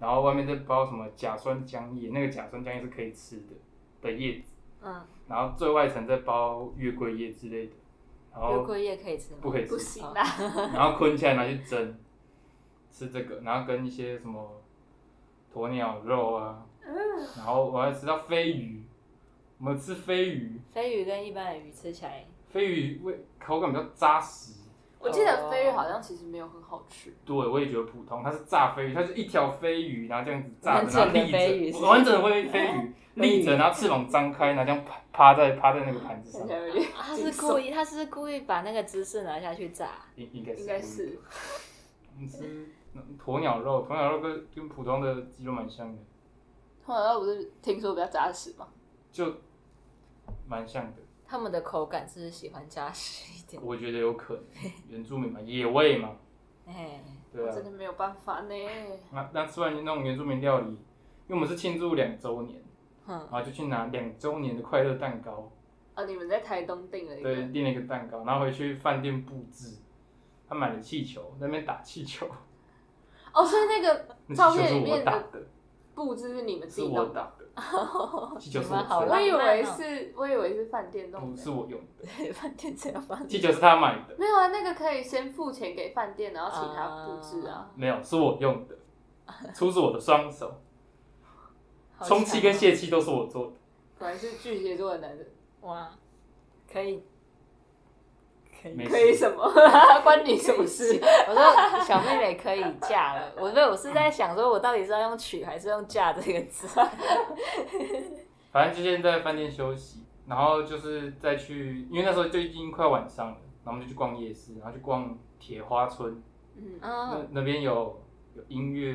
A: 然后外面再包什么甲酸浆叶，那个甲酸浆叶是可以吃的的叶子，
B: 嗯，
A: 然后最外层再包月桂叶之类的，然
B: 月
A: 后
B: 桂叶可以吃吗？啊
A: 不可以
C: 不
A: 吃，
C: 行啦，
A: 然后捆起来拿去蒸，吃这个，然后跟一些什么鸵鸟肉啊，然后我还吃到飞鱼，我们吃飞鱼，
B: 飞鱼跟一般的鱼吃起来，
A: 飞鱼味口感比较扎实，
C: 我记
A: 哦
C: 得飞鱼好像其实没有很好吃，
A: 对我也觉得普通，它是炸飞鱼，它是一条飞鱼，然后这样子炸
B: 完整
A: 着，
B: 的
A: 然后立
B: 飞鱼
A: 着，完整的飞飞鱼立着，然后翅膀张开，然后这样趴趴在趴在那个盘子上
C: 看起，来有点
A: 啊
B: 他
C: 惊
B: 是
C: 悚
B: 故意，他是故意把那个芝士拿下去炸，
A: 应应该是
C: 应该是
A: 我们吃鸵鸟肉，鸵鸟肉跟跟普通的鸡肉蛮像的，
C: 后来不是听说比较扎实吗？
A: 就蛮像的。
B: 他们的口感是喜欢扎实一 点。
A: 我觉得有可能，原住民嘛，野味嘛，
B: 哎，
A: 对啊
C: 真。的没有办法呢。
A: 那那吃完那种原住民料理，因为我们是庆祝两周年，
B: 哼
C: 嗯
A: 然，后就去拿两周年的快乐蛋糕，
C: 啊，你们在台东订了一
A: 对，
C: 个，
A: 订了一个蛋糕，然后回去饭店布置。他买了气球，在那边打气球，
C: 哦，所以那个
A: 那
C: 照
A: 气球
C: 片
A: 是
C: 里
A: 我
C: 面
A: 打
C: 的
A: 的，
C: 布置是你们自
A: 是
C: 己
A: 我
C: 弄的，哦
A: 打的，气球是
B: 你
A: 我
B: 们好
A: 吃
C: 我
A: 的，
B: 烂
C: 以为
B: 浪漫哦
C: 是，我以为是饭店
A: 不
C: 弄的
A: 是。我用的，
B: 对， 饭店这样放
A: 气球是他买的，
C: 没有啊，那个可以先付钱给饭店，然后请他布置啊。
A: 没有，是我用 的，出自我的双手，
B: 好
A: 充气跟
B: 强哦
A: 泄气都是我做的。
C: 果然是巨蟹座的男人，
B: 哇，可以，可以
A: 没事
C: 哎可以什么？ 关你什么事？
B: 我说小妹妹可以嫁了，我对我是在想说，我到底是要用娶还是用嫁这个字？啊
A: 反正就先在饭店休息，然后就是再去，因为那时候就已经快晚上了，然后我们就去逛夜市，然后去逛铁花村，
C: 嗯，
B: 嗯，
A: 那那边有有音乐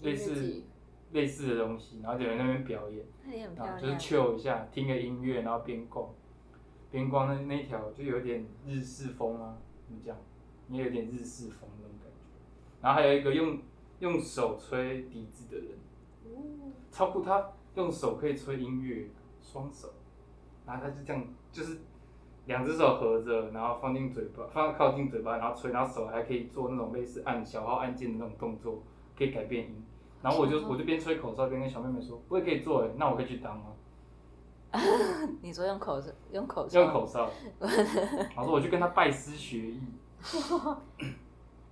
A: 类
C: 音乐
A: 似
C: 季
A: 类似的东西，然后有人在那边表演，
B: 那也很漂
A: 然后
B: 亮，
A: 啊就
B: 欸
A: 是 chill 一下，听个音乐，然后边逛边逛那那一条就有点日式风啊，怎么讲，也有点日式风那种感觉。然后还有一个用用手吹笛子的人，超酷，他用手可以吹音乐，双手，然后他就这样，就是两只手合着，然后放进嘴巴，放靠近嘴巴，然后吹，然后手还可以做那种类似按小号按键的那种动作，可以改变音。然后我
B: 嗯
A: 就我就边吹口哨边跟小妹妹说，我也可以做诶，那我可以去当吗？
B: 你说用口用 口
A: 用口哨，然后说我去跟他拜师学艺，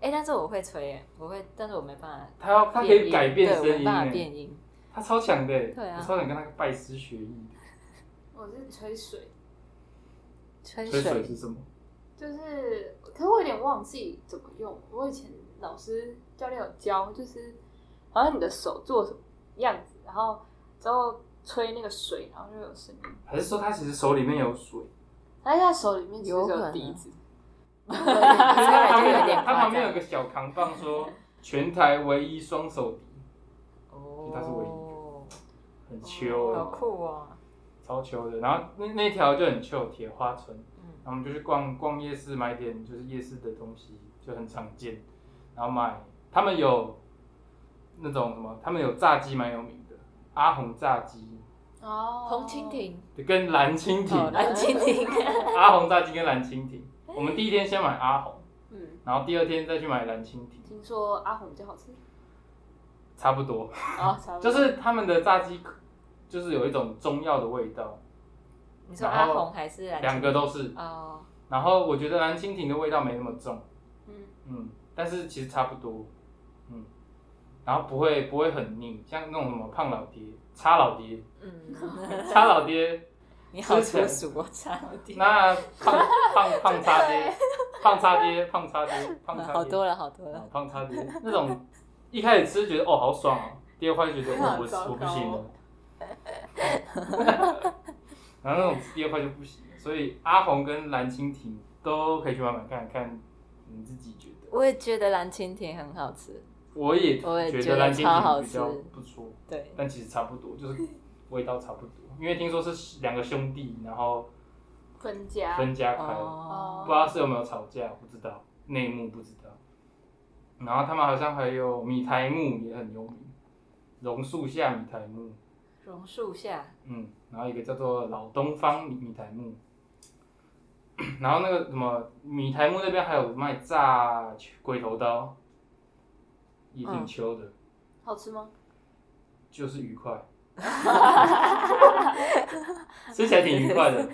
B: 哎、但是我会吹耶，我会，但是我没办法
A: 他要他可
B: 变
A: 以
B: 音
A: 改变
B: 对我
A: 声音
B: 没
A: 欸
B: 办法
A: 诶，
B: 变音，
A: 他超强的诶，
B: 对啊
A: 我超想跟他拜师学艺的。
C: 我是吹水，
B: 吹
A: 吹水
B: 水
A: 是什么？
C: 就是，可是我有点忘记怎么用。我以前老师教练有教，就是好像你的手做什么样子，然后之后吹那个水，然后就有声音。
A: 还是说他其实手里面有水？
C: 但是他手里面其实只
B: 有可
C: 有
B: 能
C: 笛 子，
A: 他
B: 感
A: 旁
B: 觉
A: 边
B: 有
A: 有
B: 点
A: 他
B: 夸
A: 旁边有
B: 张
A: 个小扛棒说，全台唯一双手笛，他是唯一
B: 哦，
A: 很秋、
B: 好
A: 哦，
B: 酷哦，
A: 超秋的。然后那那条就很秋，铁花村。
B: 嗯，
A: 然后我们就去逛逛夜市，买点就是夜市的东西，就很常见。然后买他们有那种什么，他们有炸鸡蛮有名的，阿红炸鸡，
C: 哦
B: 嗯红蜻，蜓，
A: 对跟蓝蜻蜓，
B: 哦，蓝蜻蜓，
A: 阿红炸鸡跟蓝蜻蜓。我们第一天先买阿红，
C: 嗯，
A: 然后第二天再去买蓝蜻蜓，
C: 听说阿红比较好吃，
A: 差不多。
C: 哦，差不
A: 就
C: 多
A: 是他们的炸鸡，就是有一种中药的味道，
B: 你说
A: 然
B: 阿
A: 后
B: 红还是蓝蜻
A: 两个都是。
B: 哦，
A: 然后我觉得蓝蜻蜓的味道没那么重，
C: 嗯，
A: 嗯，但是其实差不多，嗯，然后不会不会很腻，像那种什么胖老爹、叉老 爹、
B: 嗯，
A: 叉老爹，
B: 你好粗俗哦，差点，
A: 那胖胖胖叉爹、胖叉爹、胖叉爹、胖叉
B: 好
A: 爹，
B: 多了，好多
C: 哦
B: 了
A: 嗯，胖叉爹那种一开始吃觉得哦好爽哦，第二块觉得
C: 天啊
A: 哦我
C: 糟糕
A: 我不行 了，然后那种第二块就不行了，所以阿红跟蓝蜻蜓都可以去买买看看，你自己觉得。
B: 我也觉得蓝蜻蜓很好吃，
A: 我也
B: 我也
A: 觉
B: 觉得
A: 得蓝蜻
B: 超好
A: 蜓比
B: 吃
A: 较不错，
B: 对，
A: 但其实差不多，就是味道差不多。因为听说是两个兄弟，然后
C: 分家，
A: 分家开，
B: 哦
A: 不知道是有没有吵架，不知道内幕不知道。然后他们好像还有米苔木也很有名，榕树下米苔木，
B: 榕树下，
A: 嗯，然后一个叫做老东方米苔木， 然后那个什么米苔木那边还有卖炸鬼头刀，也挺秋的，
C: 好吃吗？
A: 就是愉快，吃起来挺愉快 的，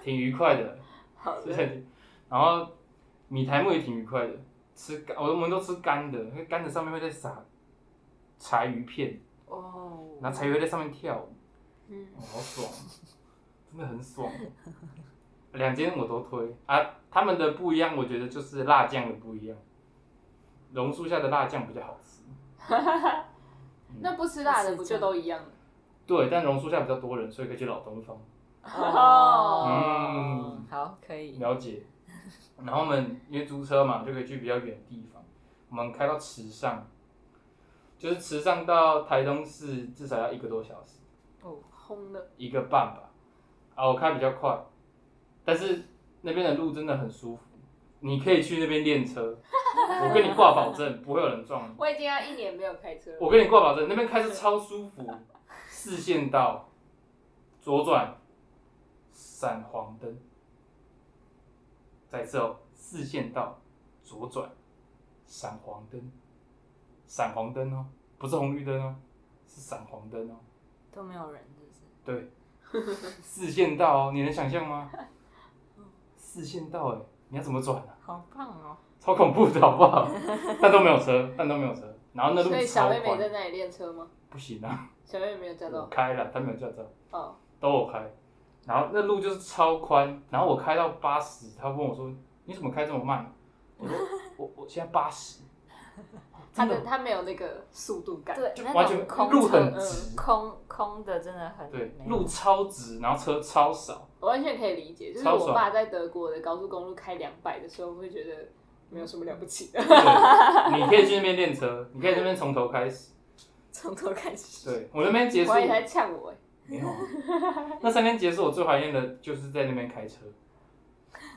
A: 挺愉快的，
B: 好
A: 吃起来
B: 的，
A: 挺。然后米苔木也挺愉快的，吃干，我们都吃干的，那干的上面会再撒柴鱼片，
B: 哦，
A: 然后柴鱼会在上面跳舞，
B: 嗯，
A: 哦好爽，真的很爽。两间我都推啊，他们的不一样，我觉得就是辣酱的不一样，榕树下的辣酱比较好吃。嗯
C: 那不吃辣的不就都一样了？
A: 对，但榕树下比较多人，所以可以去老东方。
B: 哦
A: 嗯，
B: 好，可以，
A: 了解。然后我们因为租车嘛，就可以去比较远的地方。我们开到池上，就是池上到台东市至少要一个多小时，
B: 哦，
C: 烘的，
A: 一个半吧。啊，我开比较快，但是那边的路真的很舒服，你可以去那边练车。我跟你挂保证，不会有人撞你。
C: 我已经要一年没有开车了。
A: 我跟你挂保证，那边开车超舒服，视线到，左转，闪黄灯，再一次哦，视线到，左转，闪黄灯，闪黄灯哦，不是红绿灯哦，是闪黄灯哦，
B: 都没有人，就是
A: 对，视线到哦，你能想象吗？视线到哎、你要怎么转啊？
B: 好棒哦，
A: 超恐怖的好不好？但都没有车，但都没有车，然后那路
C: 所以
A: 超
C: 小妹妹
A: 宽
C: 在，那里练车吗？
A: 不行啊。
C: 小妹妹没有驾
A: 我
C: 照。
A: 开了，他没有驾照，
C: 哦，
A: 都我开。然后那路就是超宽，然后我开到八十，他问我说：“你怎么开这么慢？”我说：“我我现在八十。”
C: 她
A: 真
C: 的
A: 的
C: 她没有那个速度感。
B: 对，
A: 就
B: 那
A: 完全
B: 种空
A: 路
B: 车
A: 很
B: 嗯
A: 直
B: 空空的真的很
A: 对
B: 没，有
A: 路超直，然后车超 少，
C: 我完全可以理解，就是
A: 超
C: 我
A: 爽
C: 爸在德国的高速公路开两百的时候，我会觉得没有什么了不起的，
A: 对，你可以去那边练车，你可以那边从头开始。
B: 从头开始，
A: 对我那边结束
C: 我也在呛我欸。
A: 没有啊，那三天结束，我最怀念的就是在那边开车，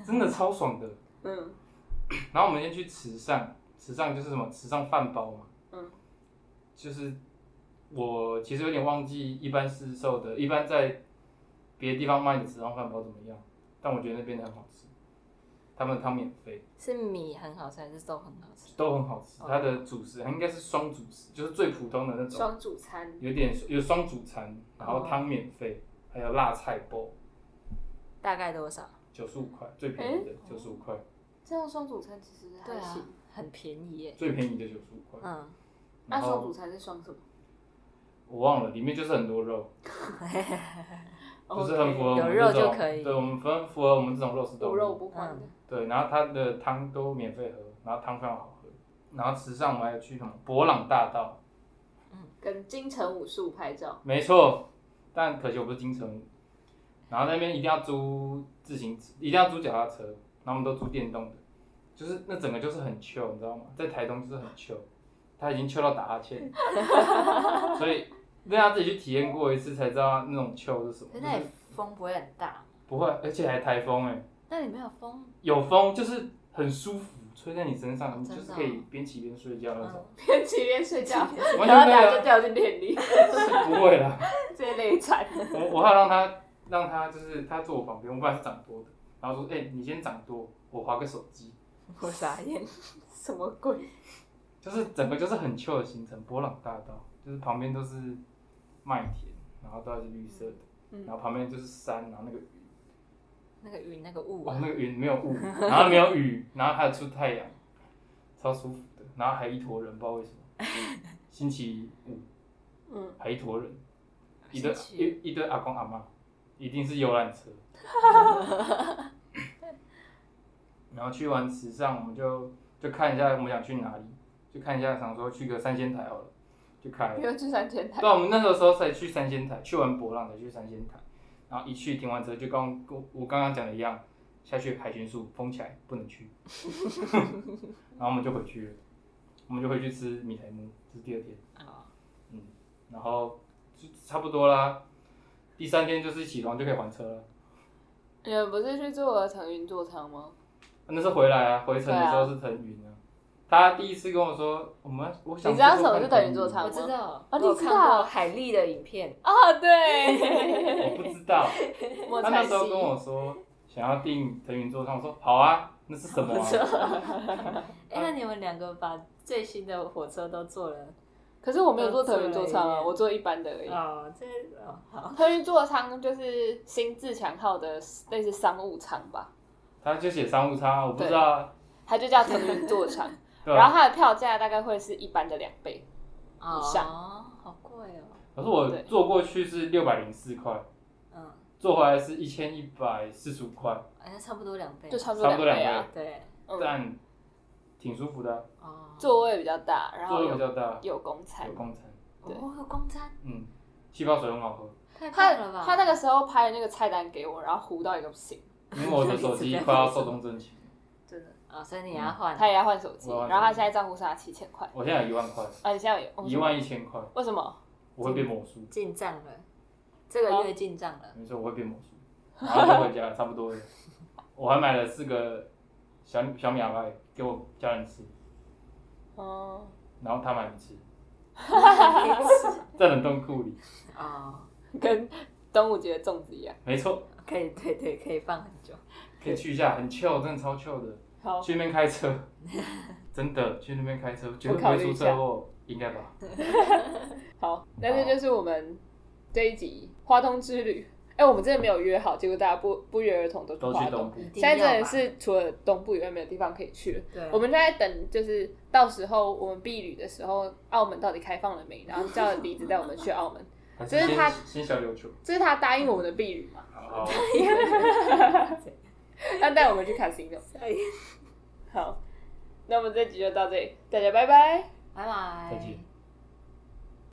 A: 真的超爽的。
C: 嗯
A: 然后我们先去池上，池上就是什么？池上饭包嘛。
C: 嗯。
A: 就是我其实有点忘记一般市售的，一般在别的地方卖的池上饭包怎么样，但我觉得那边的很好吃，他们的汤免费，
B: 是米很好吃还是粥很好吃？
A: 都很好吃。
B: 哦
A: 它的主食它应该是双主食，就是最普通的那种，
C: 嗯双主哦餐
A: 有点有双主餐，然后汤免费，还有辣菜包，
B: 大概多少？
A: 九十五块，最便宜的九十五块，
C: 这样双主餐其实还行。，
B: 很便宜耶。
A: 最便宜的九十五块。
B: 嗯，
C: 哦那
A: 然
C: 双
A: 后
C: 主餐是双什么？
A: 我忘了，里面就是很多肉。就是很符合
C: OK，
A: 我们
B: 哦有肉
A: 这种
B: 就可以
A: 对我们符合符合我们这种肉食动
C: 无
A: 物。
C: 肉不欢的。
A: 对，然后它的汤都免费喝，然后汤非常好喝。然后池上我们还有去什么博朗大道，
C: 跟金城武术拍照，
A: 没错，但可惜我不是金城武。然后那边一定要租自行，一定要租脚踏车，然后我们都租电动的，就是那整个就是很 chill，你知道吗？在台东就是很 chill，他已经 chill 到打哈欠， 所以那要自己去体验过一次才知道那种 chill 是什么
B: 可，是
A: 就
B: 那
A: 是
B: 里风不会很大，
A: 不会，而且还台风哎、
B: 那里没有风，
A: 有风就是很舒服，吹在你身上，
B: 哦
A: 你
B: 真
A: 就
B: 的
A: 是可以边骑边睡
B: 嗯
A: 觉那种，
C: 边骑边睡觉，
A: 完
C: 然后
A: 全
C: 大家就
A: 没
C: 掉进田里，
A: 有，
B: 嗯
A: 不会啦。
C: 直接累惨。
A: 我我还要让他让他就是他坐我旁边，我本来是掌舵的，然后说，哎、你先掌舵，我划个手机，
B: 我傻眼。
C: 什么鬼？
A: 就是整个就是很 chill 的行程，博朗大道就是旁边都是麦田，然后都是绿色的
C: 嗯，
A: 然后旁边就是山，然后那个云，
B: 那个云，那个雾
A: 哇，
B: 啊，
A: 哦那个云没有雾，然后没有雨，然后还有出太阳，超舒服的，然后还一坨人，不知道为什么，星期五。
C: 嗯，
A: 还一坨人，一堆
B: 生气
A: 一一堆阿公阿妈，一定是游览车。然后去完池上，我们就就看一下我们想去哪里，就看一下，想说去个三仙台好了，就开了
C: 没。有去三千台
A: 对，，啊我们那个时候才去三仙台，去完博浪才去三仙台，然后一去停完车就刚跟我刚刚讲的一样，下去海巡署封起来不能 去，然后我们就回去了，我们就回去吃米苔木，这是第二天。
C: 哦
B: 啊，
A: 嗯，然后就差不多啦。第三天就是起床就可以还车了。
C: 你们不是去坐了腾云座舱吗？
A: 那是回来啊，回程的时候是腾云啊。他第一次跟我说，我们我想
C: 你知道
A: 坐
C: 什么是
A: 看腾
C: 等于坐
A: 云
C: 舱
B: 我知道，
C: 啊你
B: 我有
C: 知
B: 看
C: 道
B: 过海丽的影片，
C: 啊，对，
A: 我不知道，
C: 莫
A: 他
C: 彩
A: 那
C: 西
A: 时候跟我说想要订腾云座舱，我说好啊，那是什么啊？
C: 嗯
B: 哎，那你们两个把最新的火车都坐了，
C: 可是我没有坐特云座舱啊，
B: 嗯
C: 我坐一般的而已。
B: 哦，这哦好，
C: 特运座舱就是新自强号的类似商务舱吧，
A: 他就写商务舱啊，我不知道啊，
C: 它就叫特运座舱。
A: 对啊
C: 然后
A: 吧？
C: 它的票价大概会是一般的两倍，
B: 哦
C: 以上
B: 好贵哦，
A: 可是我
C: 对
A: 坐过去是六百零四块，
B: 嗯，
A: 坐回来是一千一百四十五块，
B: 好像差不多两倍，
C: 就差不
A: 差不
C: 多
A: 多
C: 两倍
A: 两
C: 啊
A: 倍。
B: 对，
C: 嗯，
A: 但挺舒服的啊，
B: 哦，
C: 座位比较大，然
A: 座
C: 后
A: 位比
C: 有
A: 较大，
C: 有公餐
A: 有。公餐，
B: 哦有公餐，
A: 嗯，气泡水很好喝，
B: 太
C: 他
B: 棒了吧？
C: 他那个时候拍的那个菜单给我，然后糊到一个不行，
A: 因为我 的手
B: 一
A: 机
B: 直在
A: 快要寿终正寝，
B: 真的啊，所以你要换，
C: 嗯他也要换手机，
A: 我要换
C: 然后他现在账户上七千块，
A: 我现在有一万块，
C: 啊，你现在有
A: 一？
C: 哦
A: 万一千块，
C: 为什么？
A: 我会变魔术，
B: 进账了，这个月进账了，
A: 没错，我会变魔术，然后就回家，差不多了。我还买了四个小小米阿麦给我家人吃，
C: 哦，
A: 然后他们还没吃，
B: 可以
A: 在冷冻库里，
B: 吃 哦，
C: 跟端午节的粽子一样。
A: 没错，
B: 可以，对对，可以放很久，
A: 可以去一下，很 chill，真的超 chill 的。
C: 好，
A: 去那边开车，真的去那边开车绝对不
C: 考
A: 会
C: 虑
A: 出
C: 一
A: 车
C: 下
A: 祸，应该吧？
C: 好，那这就是我们这一集花东之旅。哎、我们真的没有约好，结果大家不不约而同都去
A: 都去
C: 花
A: 东
C: 东。
A: 部
B: 一定
C: 现在真
B: 要
C: 的
B: 吧，
C: 是除了东部以外没有地方可以去了。
B: 对，
C: 我们在等，就是到时候我们避旅的时候，澳门到底开放了没？然后叫李子带我们去澳门，
A: 还
C: 就是
A: 先
C: 他
A: 先小琉球，
C: 这是他答应我们的避 旅嘛？
A: 好，
C: 他带我们去 casino。
B: 对
C: 好，那我们这集就到这里，大家拜拜。
B: 拜拜，
A: 再见。